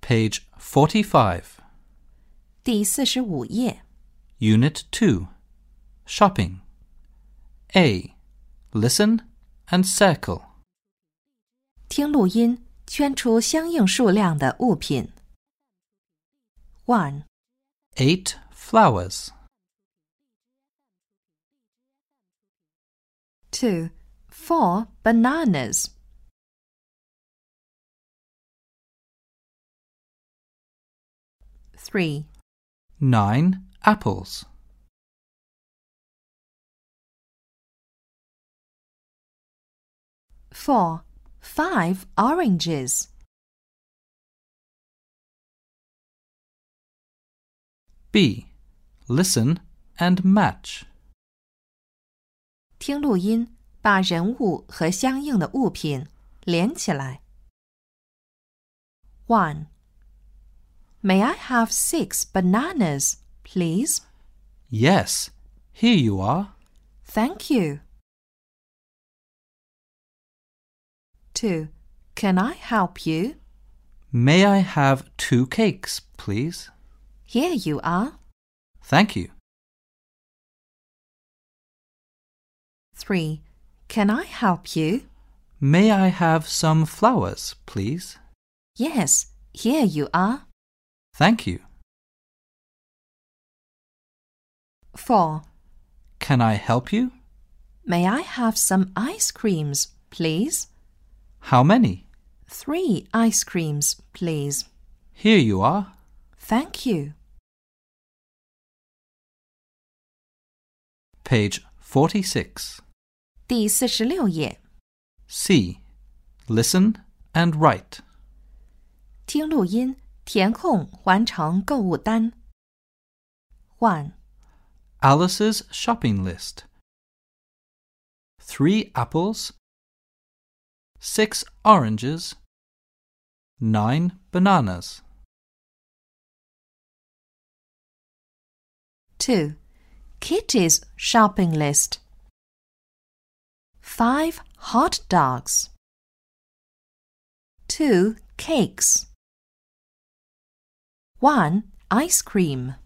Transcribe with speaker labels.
Speaker 1: page 45,
Speaker 2: 第四十五页
Speaker 1: Unit 2 Shopping. A. Listen and circle.
Speaker 2: 听录音，圈出相应数量的物品。One,
Speaker 1: Eight flowers.
Speaker 2: two, four bananas. Three,
Speaker 1: Nine apples.
Speaker 2: four, five oranges.
Speaker 1: B. Listen and match.
Speaker 2: 听录音，把人物和相应的物品连起来。One. May I have six bananas, please?
Speaker 1: Yes, here you are.
Speaker 2: Thank you. Two. Can I help you?
Speaker 1: May I have two cakes, please?
Speaker 2: Here you are.
Speaker 1: Thank you.
Speaker 2: Three. Can I help you?
Speaker 1: May I have some flowers, please?
Speaker 2: Yes, here you are.
Speaker 1: Thank you.
Speaker 2: Four.
Speaker 1: Can I help you?
Speaker 2: May I have some ice creams, please?
Speaker 1: How many?
Speaker 2: Three ice creams, please.
Speaker 1: Here you are.
Speaker 2: Thank you.
Speaker 1: Page 46.
Speaker 2: 第四十六页，
Speaker 1: C. Listen and write.
Speaker 2: 听录音，填空完成购物单。One,
Speaker 1: Alice's shopping list. Three apples. Six oranges. Nine bananas.
Speaker 2: two, Kitty's shopping list. Five hot dogs. Two cakes. One ice cream.